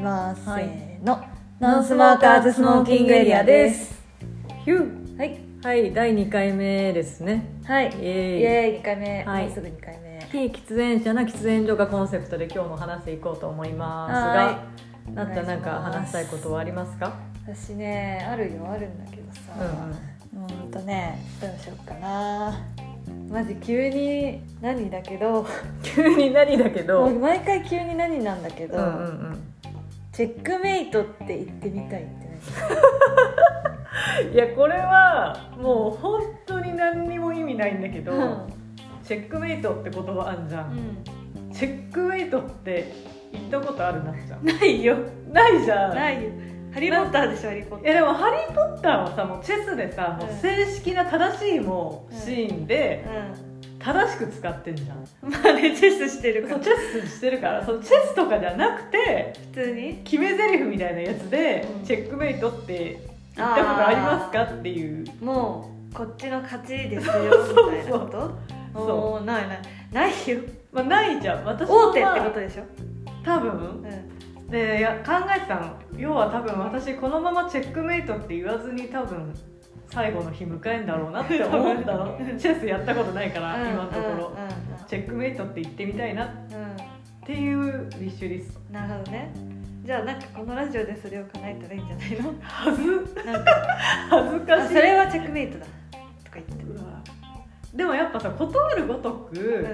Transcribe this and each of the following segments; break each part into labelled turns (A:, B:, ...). A: ます、
B: はい
A: せーの
B: ノンスモーカーズスモーキングエリアですヒュー
A: はい
B: はい第2回目ですね
A: はい
B: イエ
A: イ
B: ーイ
A: エーイ2回目、
B: はい
A: もうすぐ2回目
B: 非喫煙者な喫煙所がコンセプトで今日も話していこうと思います
A: は
B: がなった
A: お願いします
B: なんか話したいことはありますか
A: 私ねあるよあるんだけど
B: うんう
A: さ
B: ん
A: うんとねどうしようかなマジ急に何だけど
B: 急に何だけど
A: も
B: う
A: うん毎回急に何なんだけど、
B: うんうん
A: チェックメイトって言ってみたいってね
B: いやこれはもう本当に何にも意味ないんだけどチェックメイトって言葉あんじゃんチェックメイトって言ったことあるなっちゃん
A: ないよ
B: ないじゃん
A: ないよハリー・ポッターでしょハリー・ポッ
B: いやでも「ハリー・ポッター」はさもうチェスでさもう
A: うん
B: 正式な正しいもうシーンで
A: ター
B: 正しく使ってんじゃん、
A: うんまあねチェスしてるか
B: そう
A: ら
B: チェスしてるからそのチェスとかじゃなくて
A: 普通に
B: 決め台詞みたいなやつで
A: うん
B: 「チェックメイト」って言ったことありますかっていう
A: もうこっちの勝ちですよ
B: そう
A: みたいなこと
B: そう
A: おーないないないよ
B: まあないじゃん私
A: 大手ってこと
B: と
A: でしょ、
B: 多分
A: うん、
B: でいや考えてたの要は多分私このまま「チェックメイト」って言わずに多分最後の日迎えんだろうなって思った のチェスやったことないから今のところ、
A: うんうん
B: チェックメイトって言ってみたいなっ
A: うんうん
B: ていうウィッシュリスト
A: なるほどねじゃあなんかこのラジオでそれを叶えたらいいんじゃないの
B: はず
A: なんか
B: 恥ず
A: あ
B: かし
A: そ
B: い
A: れはチェックメイトだとか言って
B: うわでもやっぱさ断るごと
A: うん
B: く、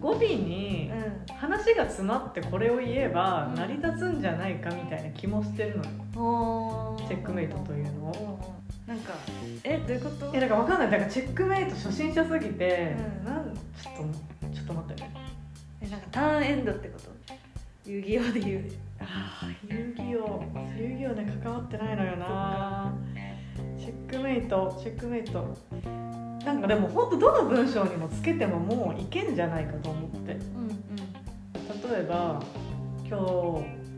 B: 語尾に
A: う
B: 話が詰まってこれを言えば
A: うん
B: 成り立つんじゃないかみたいな気もしてるのよ
A: んおー
B: チェックメイトというのを
A: うんうんなんかえどういうこと
B: えなんかわかんないだからチェックメイト初心者すぎて、
A: うん
B: なんちょっとちょっと待ってね
A: えなんかターンエンドってこと遊戯王で言う
B: あー遊戯王遊戯王ね関わってないのよなチェックメイトチェックメイトなんかでも本当どの文章にもつけてももういけんじゃないかと思って
A: うんうん
B: 例えば「今日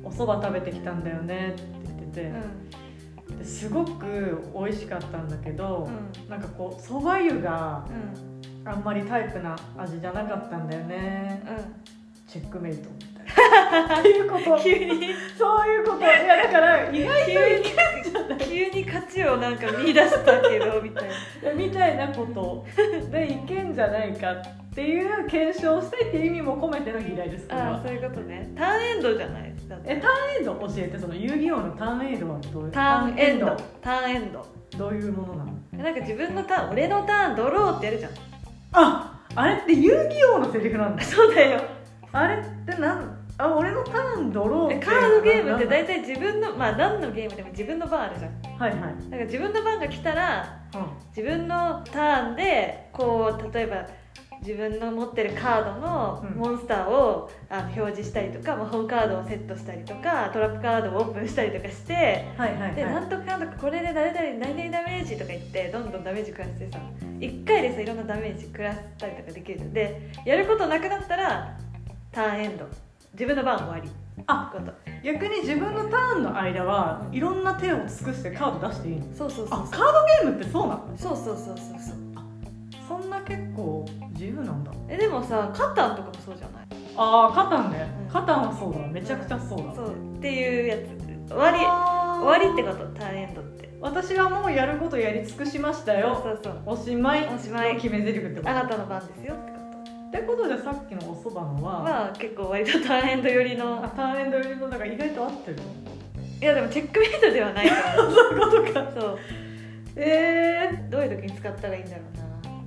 B: おそば食べてきたんだよね」って言ってて、ですごく美味しかったんだけど、
A: う
B: なんかこうそば湯が
A: んうん
B: あんまりタイプな味じゃなかったんだよね
A: う
B: チェックメイトみたい なっていうこと
A: ん、急に
B: そういうこといやだから意外とい
A: 急に価値をなんか見出したけどみたいな
B: やみたいな ことでいけんじゃないかっていう検証をしたいっていう意味も込めての議題ですから
A: ああそういうことねターンエンドじゃないだって
B: えターンエンド教えてその遊戯王のターンエンドはどういう
A: ターンエンドターンエンド
B: どういうものなの
A: なんか自分のターン俺のターンドローってやるじゃん
B: ああれって遊戯王のセリフなんだ
A: そうだよ
B: あれってなんあ俺のターンドローって
A: カードゲームって大体自分のまあ何のゲームでも自分の番あるじゃん
B: はいはい、
A: なんか自分の番が来たら自分のターンでこう例えば自分の持ってるカードの
B: うん
A: モンスターを、あの表示したりとか魔法カードをセットしたりとかトラップカードをオープンしたりとかして
B: はいはいはい
A: でなんとかなんとかこれで誰々に何々ダメージとか言ってどんどんダメージ食らしてさ1回でさいろんなダメージ食らったりとかできるじゃんでやることなくなったらターンエンド自分の番終わり
B: あ
A: こと
B: 逆に自分のターンの間はいろんな手を尽くしてカード出していいの
A: そうそうそ
B: あ
A: う
B: カードゲームってそうなの
A: そうそうそうそうそう
B: そんな結構自由なんだ
A: えでもさカタンとかもそうじゃない
B: ああカタンね
A: うん
B: カタンはそうだめちゃくちゃそうだ、
A: そうっていうやつ終わり終わ
B: わ
A: りってことターンエンドって
B: 私はもうやることやり尽くしましたよ
A: そうそうそう
B: おしまい
A: おしまい
B: の決め台詞ってこと
A: あなたの番ですよってこと
B: ってことでさっきのおそばのは、
A: まあ結構割とターンエンド寄り
B: あ
A: の
B: ターンエンド寄りのだから意外と合ってる
A: いやでもチェックメイトではないから
B: そういうことか
A: そう
B: えー、
A: どういう時に使ったらいいんだろ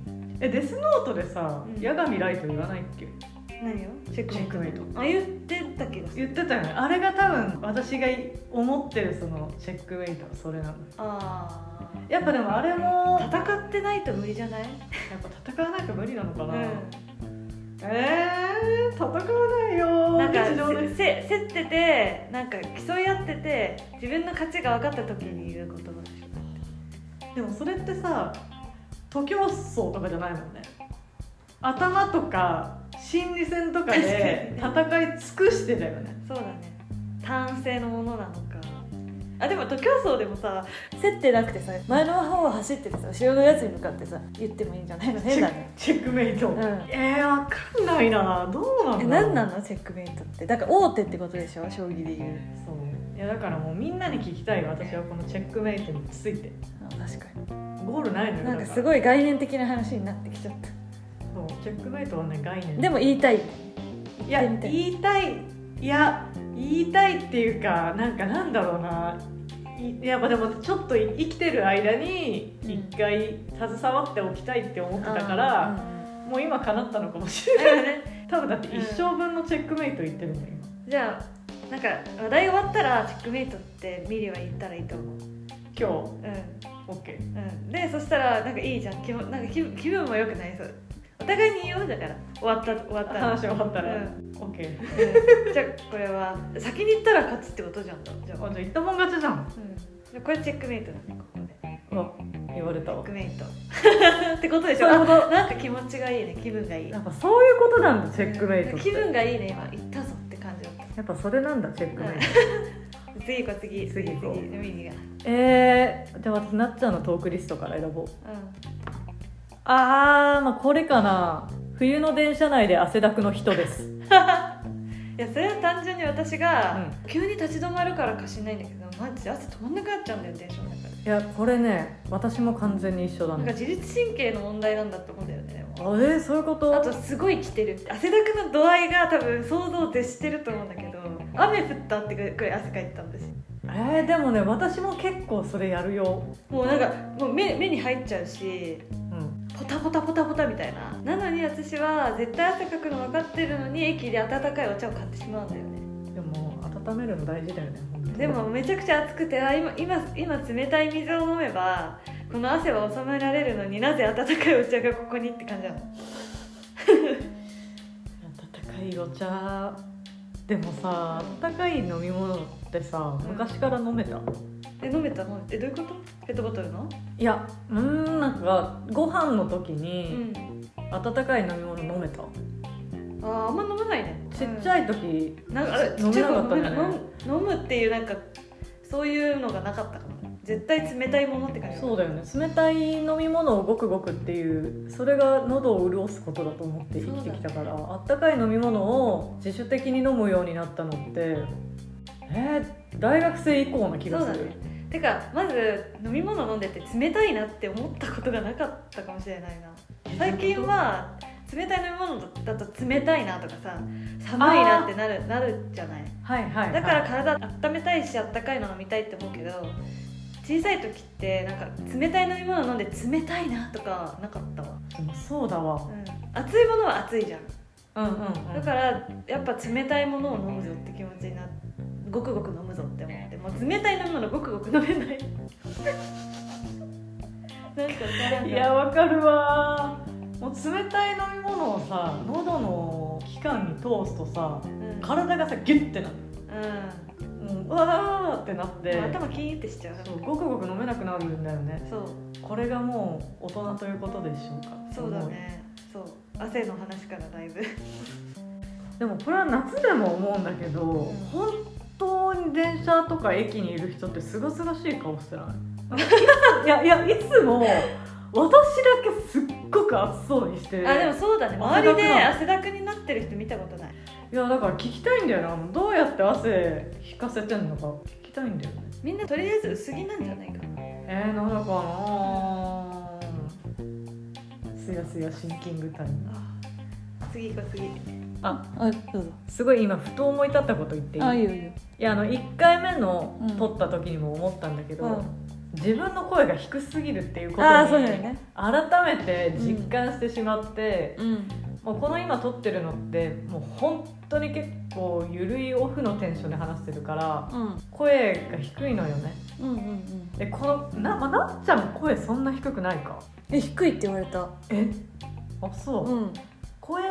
A: うな
B: えデスノートでさ
A: うん
B: 八神ライト言わないっけ
A: 何をチェック
B: チ
A: メイ
B: ェッ
A: ト
B: クメイト
A: あ言ってたけど
B: 言ってたよねあれが多分私が思ってるそのチェックメイトはそれなの
A: あ
B: やっぱでもあれも
A: あ戦ってないと無理じゃない
B: やっぱ戦わないと無理なのか
A: う
B: な、
A: ん
B: えー、戦わないよ
A: なんか
B: 日常で
A: せ競っててなんか競い合ってて自分の勝ちが分かった時に言う言葉でしょ
B: でもそれってさ徒競走とかじゃないもんね頭とか心理戦とかで
A: 確
B: 戦い尽くしてだよね
A: そうだね単性のものなのかあでも徒競走でもさ競ってなくてさ前の方を走っててさ後ろのやつに向かってさ言ってもいいんじゃないの
B: チ
A: 変
B: ェ
A: だ
B: ック
A: ね
B: チェックメイト、
A: ん
B: えー、わかんないなどうなんだろう
A: え何なのチェックメイトってだから大手ってことでしょ将棋で言う
B: そういやだからもうみんなに聞きたい私はこのチェックメイトについて
A: 確か
B: ゴールないのよ
A: になんかす
B: い
A: ごい概念的な話になってきちゃった
B: そうチェックメイトはね概念
A: でも言いたい
B: いや
A: 言ってみたい
B: 言いたいいや言いたいっていうかなんかなんだろうないやっぱでもちょっと生きてる間に
A: うん
B: 一回携わっておきたいって思ってたから、もう今叶ったのかもしれ
A: うんだ
B: ない
A: よ ね
B: 多分だって一生分のチェックメイト言ってるもん
A: じゃあなんか話題終わったらチェックメイトって見れば言ったらいいと思う
B: 今今
A: うん
B: 日 OK
A: うん、でそしたらなんかいいじゃん気もなんか気分気分も良くなりそうお互いに言おうだから終わった終わったら、
B: 話終わったら、
A: うん
B: OK
A: うんじゃあこれは先に言ったら勝つってことじゃんじゃ
B: あじ
A: あ、
B: ゃあ言ったもん勝ちじゃん
A: うん、これチェックメイトだねここでチ
B: うわ言われた
A: ェッ
B: わ
A: クメイト ってことでしょ
B: なる
A: あ
B: ほど
A: なんか気持ちがいいね気分がいい
B: やっぱそういうことなんだチェックメイト
A: うん
B: っ
A: 気
B: て
A: 分がいいね今言ったぞって感じだった
B: やっぱそれなんだチェックメイト、
A: 次行こう次
B: 次
A: 次
B: 行こう
A: ミニが
B: えー、じゃあ私なっちゃんのトークリストから選ぼう
A: う
B: あー、まあこれかな冬の電車内で汗だくの人です
A: んいやそれは単純に私が
B: う
A: 急に立ち止まるからかしんないんだけどマジで汗止まんなくなっちゃうんだよテンションの中で
B: いやこれね私も完全に一緒だ
A: なんか
B: ね
A: 自律神経の問題なんだと思うんだよねでも
B: あえー、そういうこと
A: あとすごい来てるって汗だくの度合いが多分想像でしてると思うんだけど雨降ったってくらい汗かいてたんだし
B: えー、でもね私も結構それやるよ、
A: もうなんかもう目目に入っちゃうし
B: うん、
A: ポタポタポタポタみたいななのに私は絶対汗かくの分かってるのに駅で温かいお茶を買ってしまうんだよね
B: でも温めるの大事だよね本当に
A: でもめちゃくちゃ暑くてあ今今今冷たい水を飲めばこの汗は収められるのになぜ温かいお茶がここにって感じなの
B: 温かいお茶でもさ温かい飲み物ってさ
A: うん
B: 昔から飲めた、
A: え飲めたのえどういうことペットボトルの
B: いやうーんなんかご飯の時
A: う
B: に
A: ん
B: 温かい飲み物飲めた、
A: あーあんま飲まないね
B: ちっ
A: うん
B: ちゃい時、
A: なんかあれち
B: 飲めなかったね
A: っちゃい頃飲めな飲む飲むっていうなんかそういうのがなかったかも絶対冷たいものって感じ
B: そうだよね冷たい飲み物をごくごくっていうそれが喉を潤すことだと思って生きてきたから、あったかい飲み物を自主的に飲むようになったのってえー大学生以降な気が
A: そうだ
B: する、
A: ねてかまず飲み物飲んでて冷たいなって思ったことがなかったかもしれないな最近は冷たい飲み物だと冷たいなとかさ寒いなってなるなるじゃない
B: はいはい、はい、
A: だから体温めたいし温かいの飲みたいって思うけど小さい時ってなんか冷たい飲み物飲んで冷たいなとかなかったわ、
B: でもそうだわ
A: うん、熱いものは熱いじゃん
B: うんうんうん
A: だからやっぱ冷たいものを飲むぞって気持ちになってごくごく飲むぞって思ってもう冷たい飲み物ごくごく飲めないなんかさなんか
B: いやわかるわもう冷たい飲み物をさ喉の器官に通すとさ
A: うん、うん
B: 体がさギュッてなる、うん、うわーってなって
A: 頭キーンってしちゃう
B: そうごくごく飲めなくなるんだよね
A: そう
B: これがもう大人ということでしょうか
A: そうだねそう汗の話からだいぶ
B: でもこれは夏でも思うんだけど、
A: ん
B: 本当に電車とか駅にいる人ってすがすがしい顔してな いいやいやいつも私だけすっごく暑そうにしてる
A: あでもそうだね
B: 汗
A: 周り
B: だく
A: で
B: な
A: 汗だくになってる人見たことない
B: いやだから聞きたいんだよなどうやって汗引かせてんのか聞きたいんだよね
A: みんなとりあえず薄着なんじゃないかな
B: えー、なんだかなすやすやシンキングタイム
A: あ次行こう次
B: あ
C: あどうぞ
B: すごい今ふと思い立ったこと言っていい
C: あいいよいいよ
B: いやあの1回目の
C: うん
B: 撮った時にも思ったんだけど、
C: うん
B: 自分の声が低すぎるっていうことに
C: ああそうだよね
B: 改めて実感してしまって、
C: うん
B: もうこの今撮ってるのってもう本当に結構ゆるいオフのテンションで話してるから
C: うん
B: 声が低いのよね
C: うんうんうん
B: でこのな,、まあ、なっちゃんも声そんな低くないか
C: え低いって言われた
B: えあそう、
C: うん
B: 声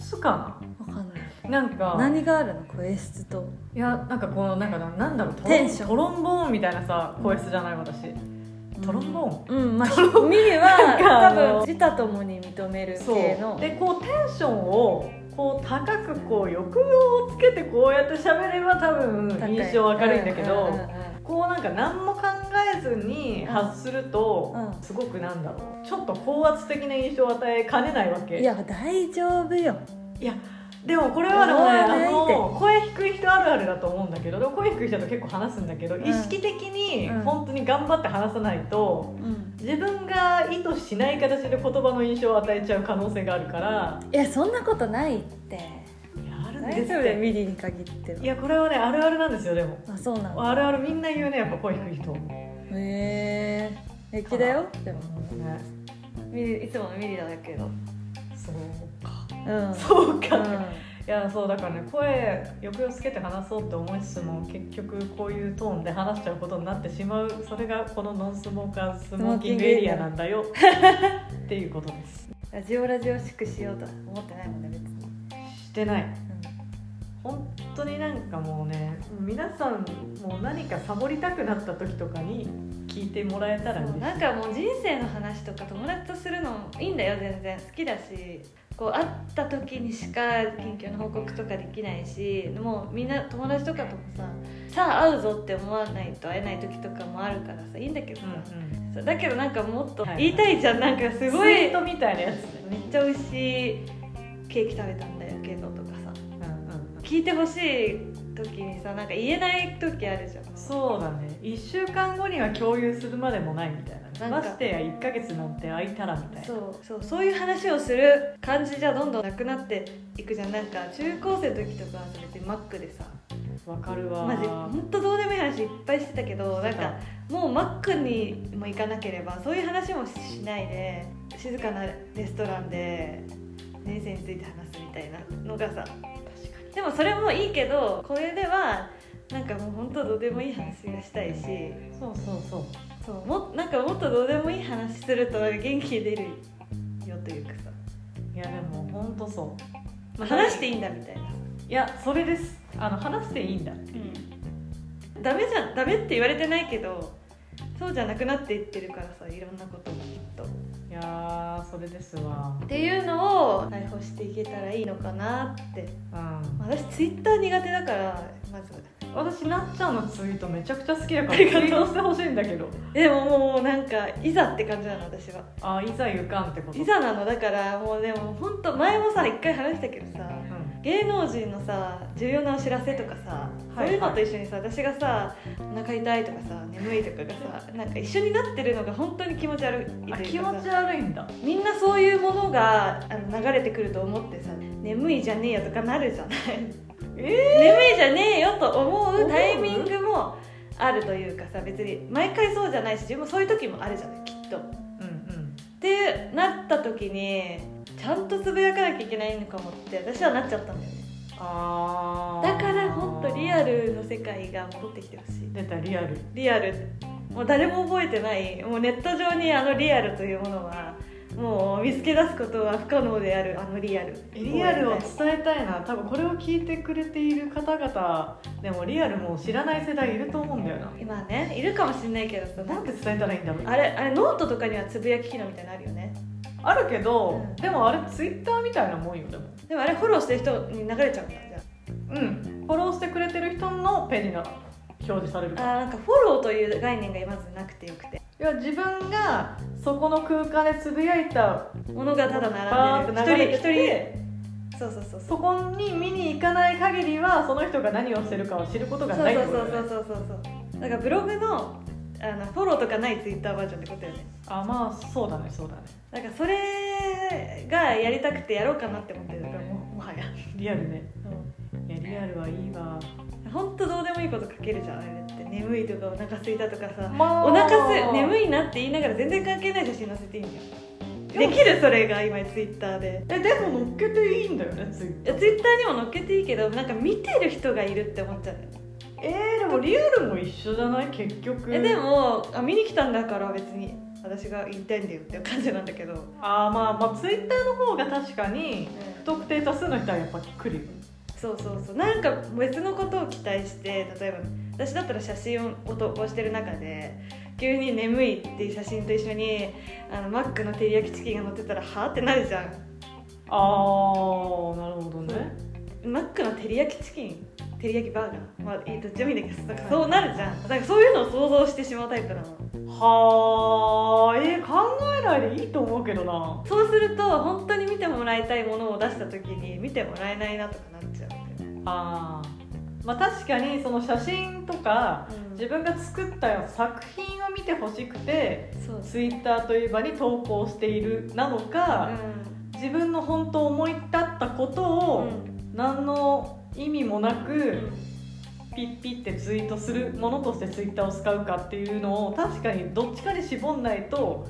B: 質か
C: わかんない
B: ななんか
C: 何があるのこれ質と
B: いやなんかこのなんかななんだろうトロ
C: テンション
B: トロンボーンみたいなさ声質じゃない私トロンボーン、
C: うんまあミリは
B: か
C: 多分自他ともに認める
B: そう
C: 系の
B: でこうテンションをこう高くこう抑揚をつけてこうやって喋れば多
C: 高
B: 分
C: い
B: 印象わかるんだけど、
C: うんうんうん
B: こうなんか何も考えずに発すると、
C: うん
B: すごくなんだろうちょっと高圧的な印象を与えかねないわ
C: う
B: け
C: んいや大丈夫よ
B: いやでもこれはでもね
C: うわー
B: あの声低い人あるあるだと思うんだけどでも声低い人と結構話すんだけど、
C: ん
B: 意識的に
C: うん
B: 本当に頑張って話さないと
A: うん
B: 自分が意図しない形で言葉の印象を与えちゃう可能性があるから
C: いやそんなことないって
B: いやあるん
C: 大
B: です
C: 丈
B: っ
C: 夫だよ
B: て
C: ミリに限って
B: い
C: は
B: やこれはねあるあるなんですよでも
C: あそうなんだ
B: あるあるみんな言うねやっぱ声低い人、ね、
C: へえ平気だよでも
A: ミリいつものミリだけど
B: そうか
C: うん
B: そうか、
C: う
B: い
C: ん
B: やそうだからね声抑揚つけて話そうって思いつつも結局こういうトーンで話しちゃうことになってしまうそれがこのノンスモーカースモーキングエリアなんだ よっていうことです
A: ラジオラジオしくしようとは思ってないもんね別に、
B: してない本当になんかもうね皆さんもう何かサボりたくなった時とかに聞いてもらえたら
A: そう
B: 嬉しい
A: なんかもう人生の話とか友達とするのいいんだよ全然好きだしこう会った時にしか緊急の報告とかできないしもうみんな友達とかともささあ会うぞって思わないと会えない時とかもあるからさいいんだけどさ、
B: うんうん
A: そうだけどなんかもっと
B: はい
A: 言いたいじゃん、なんかす
B: す
A: ご
B: ごいツイ
A: い
B: ートみたいなやつね
A: めっちゃ美味しいケーキ食べたんだよけどとかさ
B: うんうんうん
A: 聞いてほしい時にさなんか言えない時あるじゃん
B: そうだね1週間後には共有するまでもないみたいな
A: なん
B: ま
A: か
B: してや1ヶ月なんて空いたらみたいな
A: そうそうそういう話をする感じじゃどんどんなくなっていくじゃんなんか中高生の時とかはさ別にマックでさ
B: わかるわ
A: マジほんとどうでもいい話いっぱいしてたけどなんかもうマックにも行かなければそういう話もしないで静かなレストランで人生について話すみたいなのがさ
B: 確かに
A: でもそれもいいけどこれではなんかもうほんとどうでもいい話がしたいし
B: そうそうそう
A: そうもなんかもっとどうでもいい話するとなんか元気出るよというかさ
B: いやでもほんとそう
A: まあ、話していいんだみたいな、
B: いやそれですあの話していいんだっていう、
A: ダメじゃんダメって言われてないけどそうじゃなくなっていってるからさいろんなこともきっとっ
B: いやーそれですわ
A: ていうのを解放していけたらいいのかなって
B: うん
A: 私ツイッター苦手だからまず
B: 私なっちゃんのツイートめちゃくちゃ好きだから
A: あ
B: ツイ
A: りがとう
B: ートしてほしいんだけど
A: でももうなんかいざって感じなの私は
B: あいざゆかんってこと
A: いざなのだからもうでも本当前もさ一回話したけどさ
B: うん
A: 芸能人のさ重要なお知らせとかさ、
B: はい
A: そういうのと一緒にさ私がさお腹痛いとかさ眠いとかがさなんか一緒になってるのが本当に気持ち悪いというか
B: あ
A: さ
B: 気持ち悪いんだ
A: みんなそういうものがあの流れてくると思ってさ眠いじゃねえよとかなるじゃない
B: え
A: 眠いじゃねえよと思
B: 思う
A: うタイミングもあるというかさ別に毎回そうじゃないし自分もそういう時もあるじゃないきっと。っ
B: ー、うん
A: てなった時にちゃんとつぶやかなきゃいけないのかもって私はなっちゃったんだよね
B: うんあー
A: だから本当リアルの世界が戻ってきてほしい
B: 出たリアル
A: リアルもう誰も覚えてないもうネット上にあのリアルというものはもう見つけ出すことは不可能であるあのリアル
B: リアルを伝えたいな多分これを聞いてくれている方々でもリアルもう知らない世代いると思うんだよな
A: 今ねいるかもしれないけどさな
B: なんんて伝えたらいいんだろう
A: あれあれノートとかにはつぶやき機能みたいなのあるよね
B: あるけど、
A: うん
B: でもあれツイッターみたいなもんよでも
A: でもあれフォローしてる人に流れちゃうんだじゃ
B: うんフォローしてくれてる人のページが表示されるから
A: ああーなんかフォローという概念がまずなくてよくて
B: いや自分がそこの空間でつぶやいた
A: ものがただ
B: バー
A: 並んで
B: ッて流
A: る
B: れ
A: 一人
B: てき
A: 一人
B: て
A: そうそうそうそう
B: そこに見に行かない限りはその人が何をしてるかを知ることが
A: そう
B: ないって
A: そう
B: ことだよね
A: そうそうそうそうそうだからブログのあのフォローとかないツイッターバージョンってことよね
B: あまあそうだねそうだね
A: なんかそれがやりたくてやろうかなって思ってるからももはや
B: リアルねいやリアルはいいわ
A: 本当どうでもいいこと書けるじゃんあれって眠いとかお腹空いたとかさ
B: ま
A: お腹すい眠
B: い
A: いなって言いながら全然関係ない写真載せていいんだよ
B: で
A: できるそれが今ツイッターで
B: えでも乗っけていいんだよねツイッ
A: いやツイッターにも載っけていいけどなんか見てる人がいるって思っちゃうのよ
B: えー、でもリアルも一緒じゃない結局
A: えでもあ見に来たんだから別に私が言いたいんだよっていう感じなんだけど、
B: あーまあまあツイッターの方が確かに不特定多数の人はやっぱ来るよ
A: そうそうそうなんか別のことを期待して例えば私だったら写真を投稿してる中で急に眠いっていう写真と一緒にあのマックの照り焼きチキンが載ってたらはあってなるじゃん
B: あーなるほどね
A: マックの照り焼きチキン照り焼きバーガーまあいいどっちでもいいんだけどなんかそうなるじゃんだからそういうのを想像してしまうタイプなの
B: はあえー、考えないでいいと思うけどな
A: そうすると本当に見てもらいたいものを出した時に見てもらえないなとかなっちゃうんだよね、
B: あーまあ確かにその写真とか自分が作った作品を見てほしくて
A: そうです
B: ツイッターという場に投稿しているなのか、自分の本当思い立ったこと
A: うん
B: を
A: うん
B: 何の意味もなく、
A: うん
B: ピッピッてツイートするものとしてツイッターを使うかっていうのを確かにどっちかに絞んないと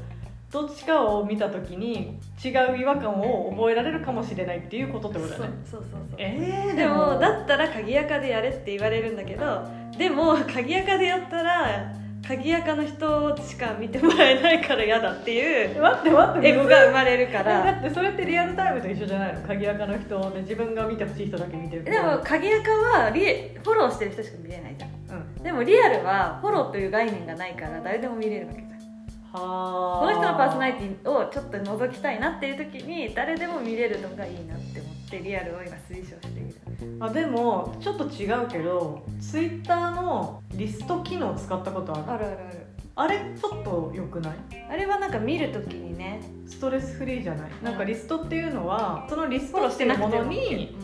B: どっちかを見た時に違う違和感を覚えられるかもしれないっていうことってことだね
A: そうそうそうそう
B: えー、
A: でも
B: だ
A: だったら鍵垢でやれって言われるんだけどでも鍵垢でやったら鍵垢の人しか見てもらえないから嫌だっていう
B: 待って待って
A: エゴが生まれるか
B: えだ
A: ら
B: ってそれってリアルタイムと一緒じゃないの鍵垢の人で自分が見てほしい人だけ見てるか
A: で
B: ら
A: も鍵垢はリフォローしてる人しか見れないじゃん
B: うん、
A: でもリアルはフォローという概念がないから誰でも見れるわけじゃん
B: はあ
A: この人のパーソナリ
B: テ
A: ティをちょっと覗きたいなっていう時に誰でも見れるのがいいなって思ってリアルを今推奨している
B: ィあでもちょっと違うけどツイッターのリスト機能使ったことある
A: あるあるある
B: あれちょっと良くない
A: あれはなんか見る時にね
B: ストレスフリーじゃないなんかリストっていうのはそのリストっていうものに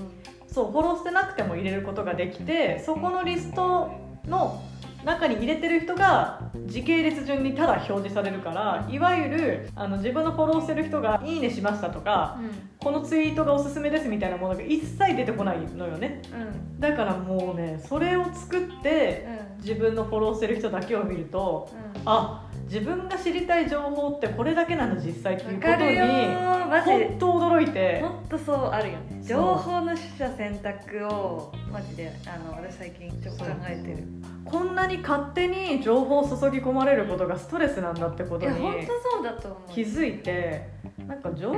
B: そうフォローしてなくても入れることができてそこのリストの中に入れてる人が時系列順にただ表示されるからいわゆるあの自分のフォローしてる人が「いいねしました」とか「このツイートがおすすめです」みたいなものが一切出てこないのよね
A: うんうん
B: だからもうねそれを作って
A: う
B: 自分のフォローしてる人だけを見ると
A: んうん
B: あ自分が知りたい情報ってこれだけなの実際って
A: わ
B: いうこ
A: か
B: と
A: るよ
B: に
A: ーマジ
B: 本当驚いて
A: 本当そうあるよね
B: そう
A: 情報の取捨選択をマジであの私最近ちょっと考えてる
B: こんなに勝手に情報を注ぎ込まれることがストレスなんだってこ
A: い
B: と
A: や
B: に
A: 本当そうだと思う
B: 気づいてなんか情報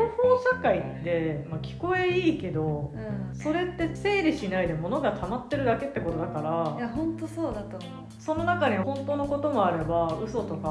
B: 社会って、まあ、聞こえいいけど
A: うん
B: それって整理しないで物が溜まってるだけってことだから
A: いや本当そうだと思う
B: その中に本当のこともあれば嘘とか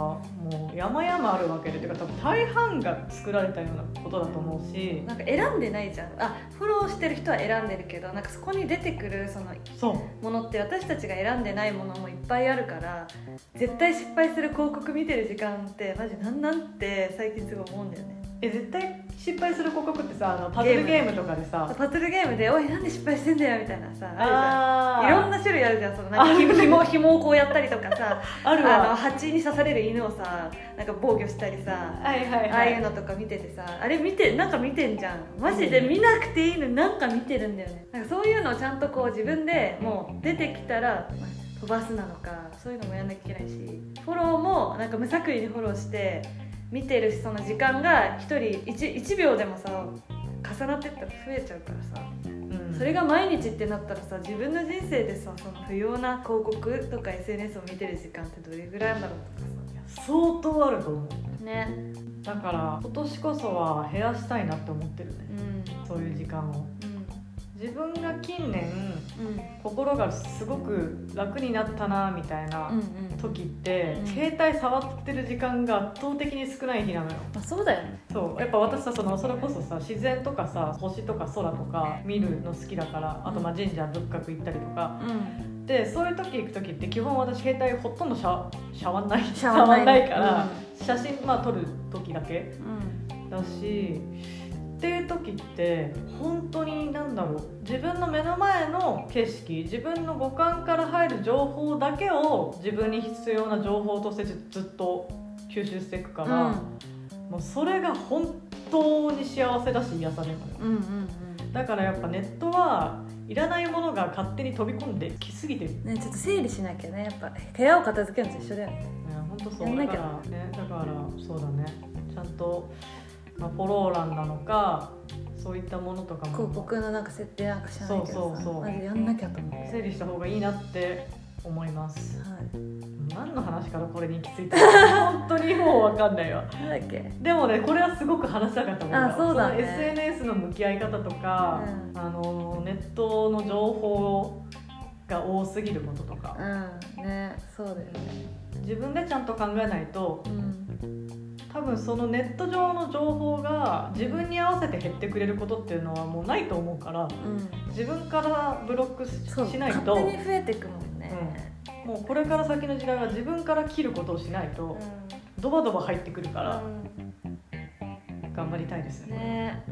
B: もう山々あるわけでてか多分大半が作られたようなことだと思うし
A: なんか選んでないじゃんあフォローしてる人は選んでるけどなんかそこに出てくるその
B: そう
A: ものって私たちが選んでないものもいっぱいあるから絶対失敗する広告見てる時間ってマジなんなんって最近すごい思うんだよね
B: え絶対失敗する広告ってさあのパズルゲームとかでさ
A: パズルゲームで「おいなんで失敗してんだよ」みたいなさあるじゃん
B: あー
A: いろんな種類あるじゃんそのなんかひもひもひもをこうやったりとか さ
B: あ
A: あ
B: るわ
A: の蜂に刺される犬をさなんか防御したりさ
B: はいはいはい
A: ああいうのとか見ててさあれ見てなんか見てんじゃんマジで見なくていいのになんか見てるんだよねなんかそういうのをちゃんとこう自分でもう出てきたらまあ飛ばすなのかそういうのもやんなきゃいけないしフォローもなんか無作為にフォローして見てるその時間が1人 1, 1秒でもさ重なってったら増えちゃうからさ
B: うん
A: それが毎日ってなったらさ自分の人生でさその不要な広告とか SNS を見てる時間ってどれぐらいあるんだろうとか
B: 相当あると思う
A: さね
B: だから今年こそは減らしたいなって思ってる
A: う
B: ね
A: ん
B: そういう時間を自分が近年
A: うん
B: 心がすごく楽になったなみたいな
C: うん
B: 時って、
A: うん
B: 携帯触ってる時間が圧倒的に少ない日なのよ
C: まあそうだよね
B: そうやっぱ私さそのそれこそさ自然とかさ星とか空とか見るの好きだからあとまあ神社仏閣行ったりとか
C: うん
B: でそういう時行く時って基本私携帯ほとんどしゃしゃわない
C: しゃわない
B: しゃから、写真まあ撮る時だけ
C: うん
B: だしっていう時って本当に何だろう自分の目の前の景色自分の五感から入る情報だけを自分に必要な情報としてずずっと吸収していくから、もうそれが本当に幸せだし癒されるのよ
C: うんうん
B: だからやっぱネットはいらないものが勝手に飛び込んできすぎてる
C: うんねちょっと整理しなきゃねやっぱ部屋を片付けるのと一緒だよね
B: ね、本当そ
C: や
B: うんだ
C: なき
B: か
C: ゃ
B: らねだからそうだねちゃんと、まあ、フォロー欄なのかそういったものとかも
C: 広告のなんか設定なんか知らないけど
B: そう
C: さ
B: そうそう
C: まずやんなきゃと思う
B: 整理した方がいいなって思います
C: はい
B: 何の話からこれに行き着いたの本当にもう分かんないわ
C: なんだっけ
B: でもねこれはすごく話したかったもん
C: あそうだね
B: の SNS の向き合い方とか、
C: う
B: あのネットの情報が多すぎることとか、
C: うんねそうだよね
B: 自分でちゃんと考えないと
C: うん
B: 多分そのネット上の情報が自分に合わせて減ってくれることっていうのはもうないと思うか
C: う
B: ら
C: ん
B: 自分からブロックし
C: そう
B: しないと
C: 勝手に増えていくもんね
B: もうこれから先の時代は自分から切ることをしないと
A: うん
B: ドバドバ入ってくるか
A: う
B: ら
A: ん
B: 頑張りたいですね
A: ね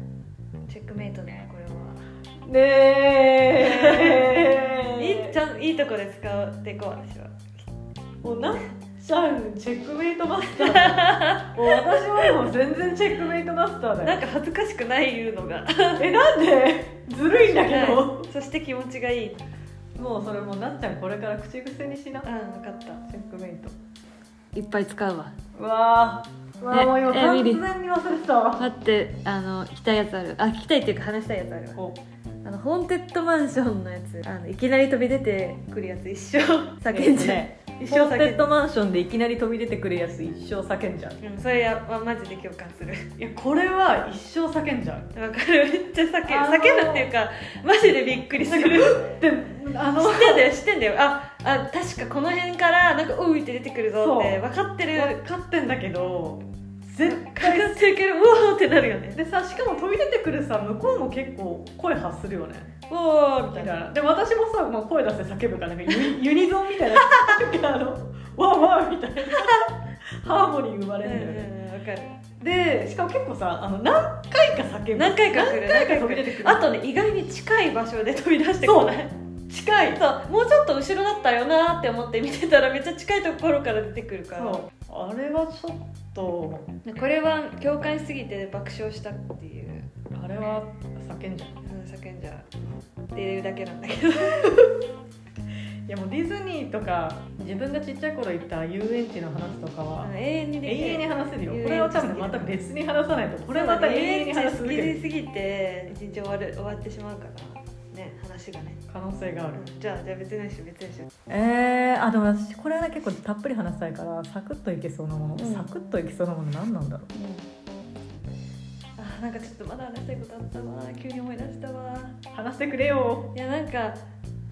A: えチェックメイトだねこれは、
B: ね え
A: いいちゃんいいとこで使っていこう私は
B: もうなっちゃんチェックメイトマスターもう私はでも全然チェックメイトマスターだ
A: なん
B: よ
A: か恥ずかしくない言うの が
B: えなんでずるいんだけど
A: そして気持ちがいいうん
B: もうそれもうなっちゃんこれから口癖にしなチ
A: 分かった
B: ェックメイト
C: いっぱい使うわ
B: うわーうわー
C: ね
B: もう今
C: えミ
B: 完全
C: リ
B: に忘れてたわ
C: 待ってあの聞きたいやつあるあ聞きたいっていうか話したいやつあるわ
B: お
C: あのホーンテッドマンションのやつあのいきなり飛び出てくるやつ一生 叫んじゃう、
B: ね
A: 一
B: 一生
A: 生
B: ホーンテ
A: 叫
B: ッ
A: ん
B: ドマンションでいきなり飛び出てくるやつ一生叫んじゃう
A: うん、それはマジで共感する
B: いやこれは一生叫んじゃう
A: わかるめっちゃ叫ぶ
B: あのー
A: 叫ぶっていうかマジでびっくりする
B: であの
A: 知ってんだよ知ってんだよああ確かこの辺からなんか「おう」って出てくるぞって
B: そう
A: 分かってる
B: 分かってんだけど絶
A: か
B: 対
A: かってるけど「うおー」ってなるよね
B: でさしかも飛び出てくるさ向こうも結構声発するよね
A: 「おー」みた
B: だ
A: い
B: か
A: な
B: らで私もさ、まあ、声出して叫ぶからなんかユ ニユニゾンみたいななんかあの ワンワンみたいなハーモニー生ま
A: う
B: れ
A: んう
B: るんだよ
A: ん
B: ね、
A: うんわかる
B: でしかも結構さあの何回か叫ぶ
A: 何回か来る
B: 何
A: 何回
B: 回か
A: か
B: 飛び出て
A: 来
B: く
A: る
B: る
A: あとね意外に近い場所で飛び出してこない
B: 近い
A: そうもうちょっと後ろだったよなーって思って見てたらめっちゃ近いところから出てくるから
B: そうあれはちょっと
A: これは共感しすぎて爆笑したっていう、
B: あれは叫んじゃう
A: うん、叫んじゃうっていうだけなんだけど
B: いやもうディズニーとか自分がちっちゃい頃行った遊園地の話とかは
A: うん永遠にで
B: 永
A: きる
B: 遠に話せるよ
A: 遊園地
B: これは多分また別に話さないとこ
A: こ
B: れ
A: れ
B: は
A: ま
B: また
A: た
B: 永
A: 永遠
B: 遠に
A: に
B: 話
A: 話
B: す
A: す
B: る
A: るけ
B: けど
A: ど好きすぎて一日終わる終わってしまうからね話がね、
B: 可能性があ
A: う
B: る
A: ん、じゃあじゃあ別にしよう別にしよう
B: えー、あでも私これはね結構たっぷり話したいからサクッといけそうなもの、
A: うん
B: サクッといけそうなもの何なんだろう
A: あーなんかちょっとまだ話したいことあったわ急に思い出したわ
B: 話してくれよ
A: いやなんか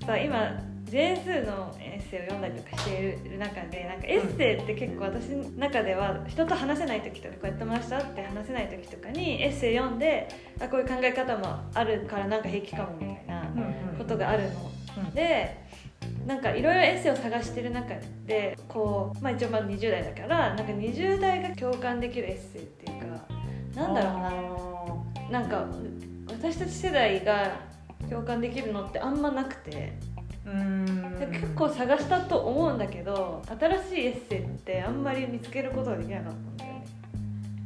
A: さ今 J2 のエッセイを読んだりとかしている中でなんかエッセイって結構私の中では人と話せない時とかこうやってましたって話せない時とかにエッセイ読んであこういう考え方もあるからなんか平気かもみたいな
B: うんうん
A: ことがあるの。
B: うん
A: でなんかいろいろエッセイを探してる中でこう、まあ、一応まあ20代だからなんか20代が共感できるエッセイっていうかなんだろうななんか私たち世代が共感できるのってあんまなくて
B: うー
A: で
B: ん
A: 結構探したと思うんだけど新しいエッセイってあんまり見つけることができなかったんだよね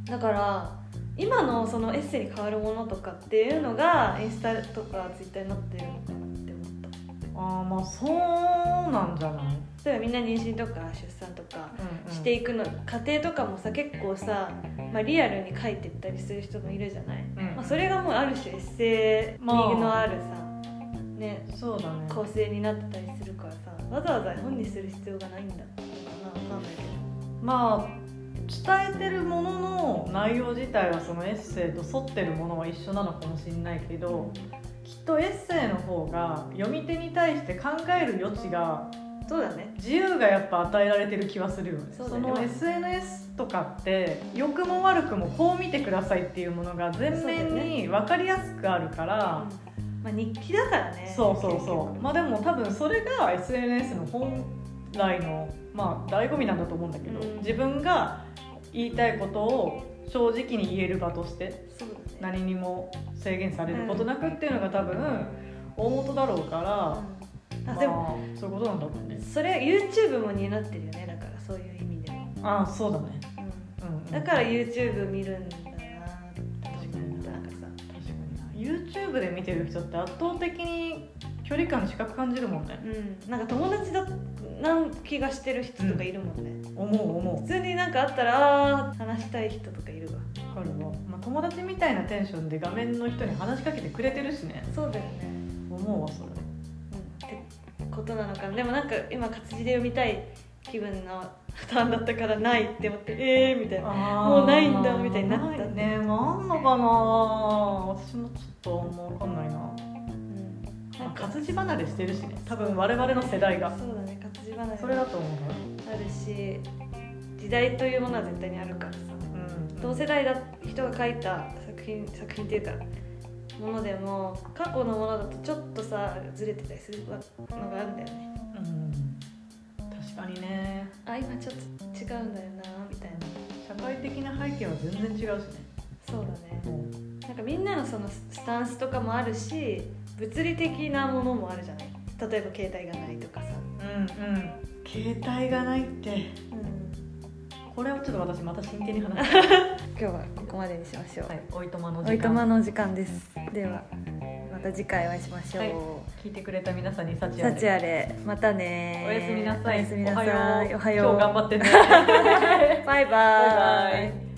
A: だから今のそのエッセイに変わるものとかっていうのがインスタとかツイッターになってるのかなって思った
B: あーまあそうなんじゃない、
A: 例えばみんな妊娠とか出産とかしていくの家庭とかもさ結構さ、まあ、リアルに書いてったりする人もいるじゃない、
B: うん
A: まあ、それがもうある種エッセイ味のあるさ、ね
B: そうだね
A: 構成になってたりするからさわざわざ本にする必要がないんだったのかなわかんないけど
B: まあ伝えてるものの内容自体はそのエッセイと沿ってるものは一緒なのかもしれないけどきっとエッセイの方が読み手に対して考える余地が
A: そうだね
B: 自由がやっぱ与えられてる気はするよね
A: そうだ
B: そ
A: ね
B: の SNS とかって良くも悪くもこう見てくださいっていうものが全面
A: そうだよ
B: に分かりやすくあるから
A: まあ日記だからね
B: そう,、そうそうまあでも多分それが SNS の本来のまあ醍醐味なんだと思うんだけど、
A: うん
B: 自分が言いたいことを正直に言える場として
A: 結局そうだね
B: 何にも制限されることなくっていうのが多分大元だろうから、
A: うん
B: ま
A: あ
B: あ、
A: でも
B: そういうことなんだろうね
A: それ YouTube も担ってるよねだからそういう意味でも、
B: ああそうだね、
A: う
B: うんうん
A: ん、だから YouTube 見るんだな
B: 確
A: と
B: か
A: 思っ
B: に
A: た
B: な
A: なんかさ
B: 確かにな YouTube で見てる人って圧倒的に距離感近く感じるもんね
A: うんなんか友達だなん気がしてる人とかいるもんね、
B: 思う思う
A: 普通になんかあったらあー話したい人とかいるわ
B: わかるわ、まあ、友達みたいなテンションで画面の人に話しかけてくれてるしね
A: そうだよね
B: 思うわそ
A: うん
B: れ
A: ってことなのかなでもなんか今活字で読みたい気分の負担だったからないって思ってええー、みたいなもうないんだみたいになった
B: いねまああんのかな私もちょっとあんま分かんないな
A: うんな
B: ま
A: ん
B: あ
A: か
B: 活字離れしてるしね多分我々の世代が
A: そうだね活字離れ
B: それだ
A: も
B: と思うわ
A: あるし時代というものは絶対にあるからさ
B: うん
A: 同世代だ人が書いた作品作品っていうかものでも過去のものだとちょっとさずれてたりするのがあるんだよね
B: うん確かにね
A: あ今ちょっと違うんだよなみたいな
B: 会的な背景は全然違うしね
A: そうだねなんかみんなのそのスタンスとかもあるし物理的なものもあるじゃない例えば携帯がないとかさ、
B: うんうん携帯がないってこれをちょっと私また真剣に話す、
C: 今日はここまでにしましょう、
B: はい、おいとまの
C: お
B: 時
C: いとま
B: 間
C: の時間ですではまた次回お会いしましょう、
B: はい聞いてくれた皆さんに幸あれ
C: 幸あれまたね
B: おやすみなさい
C: おやすみなさいお
B: おは
C: は
B: よう
C: よう
B: 今日頑張ってね
C: バイバ
B: バイバイ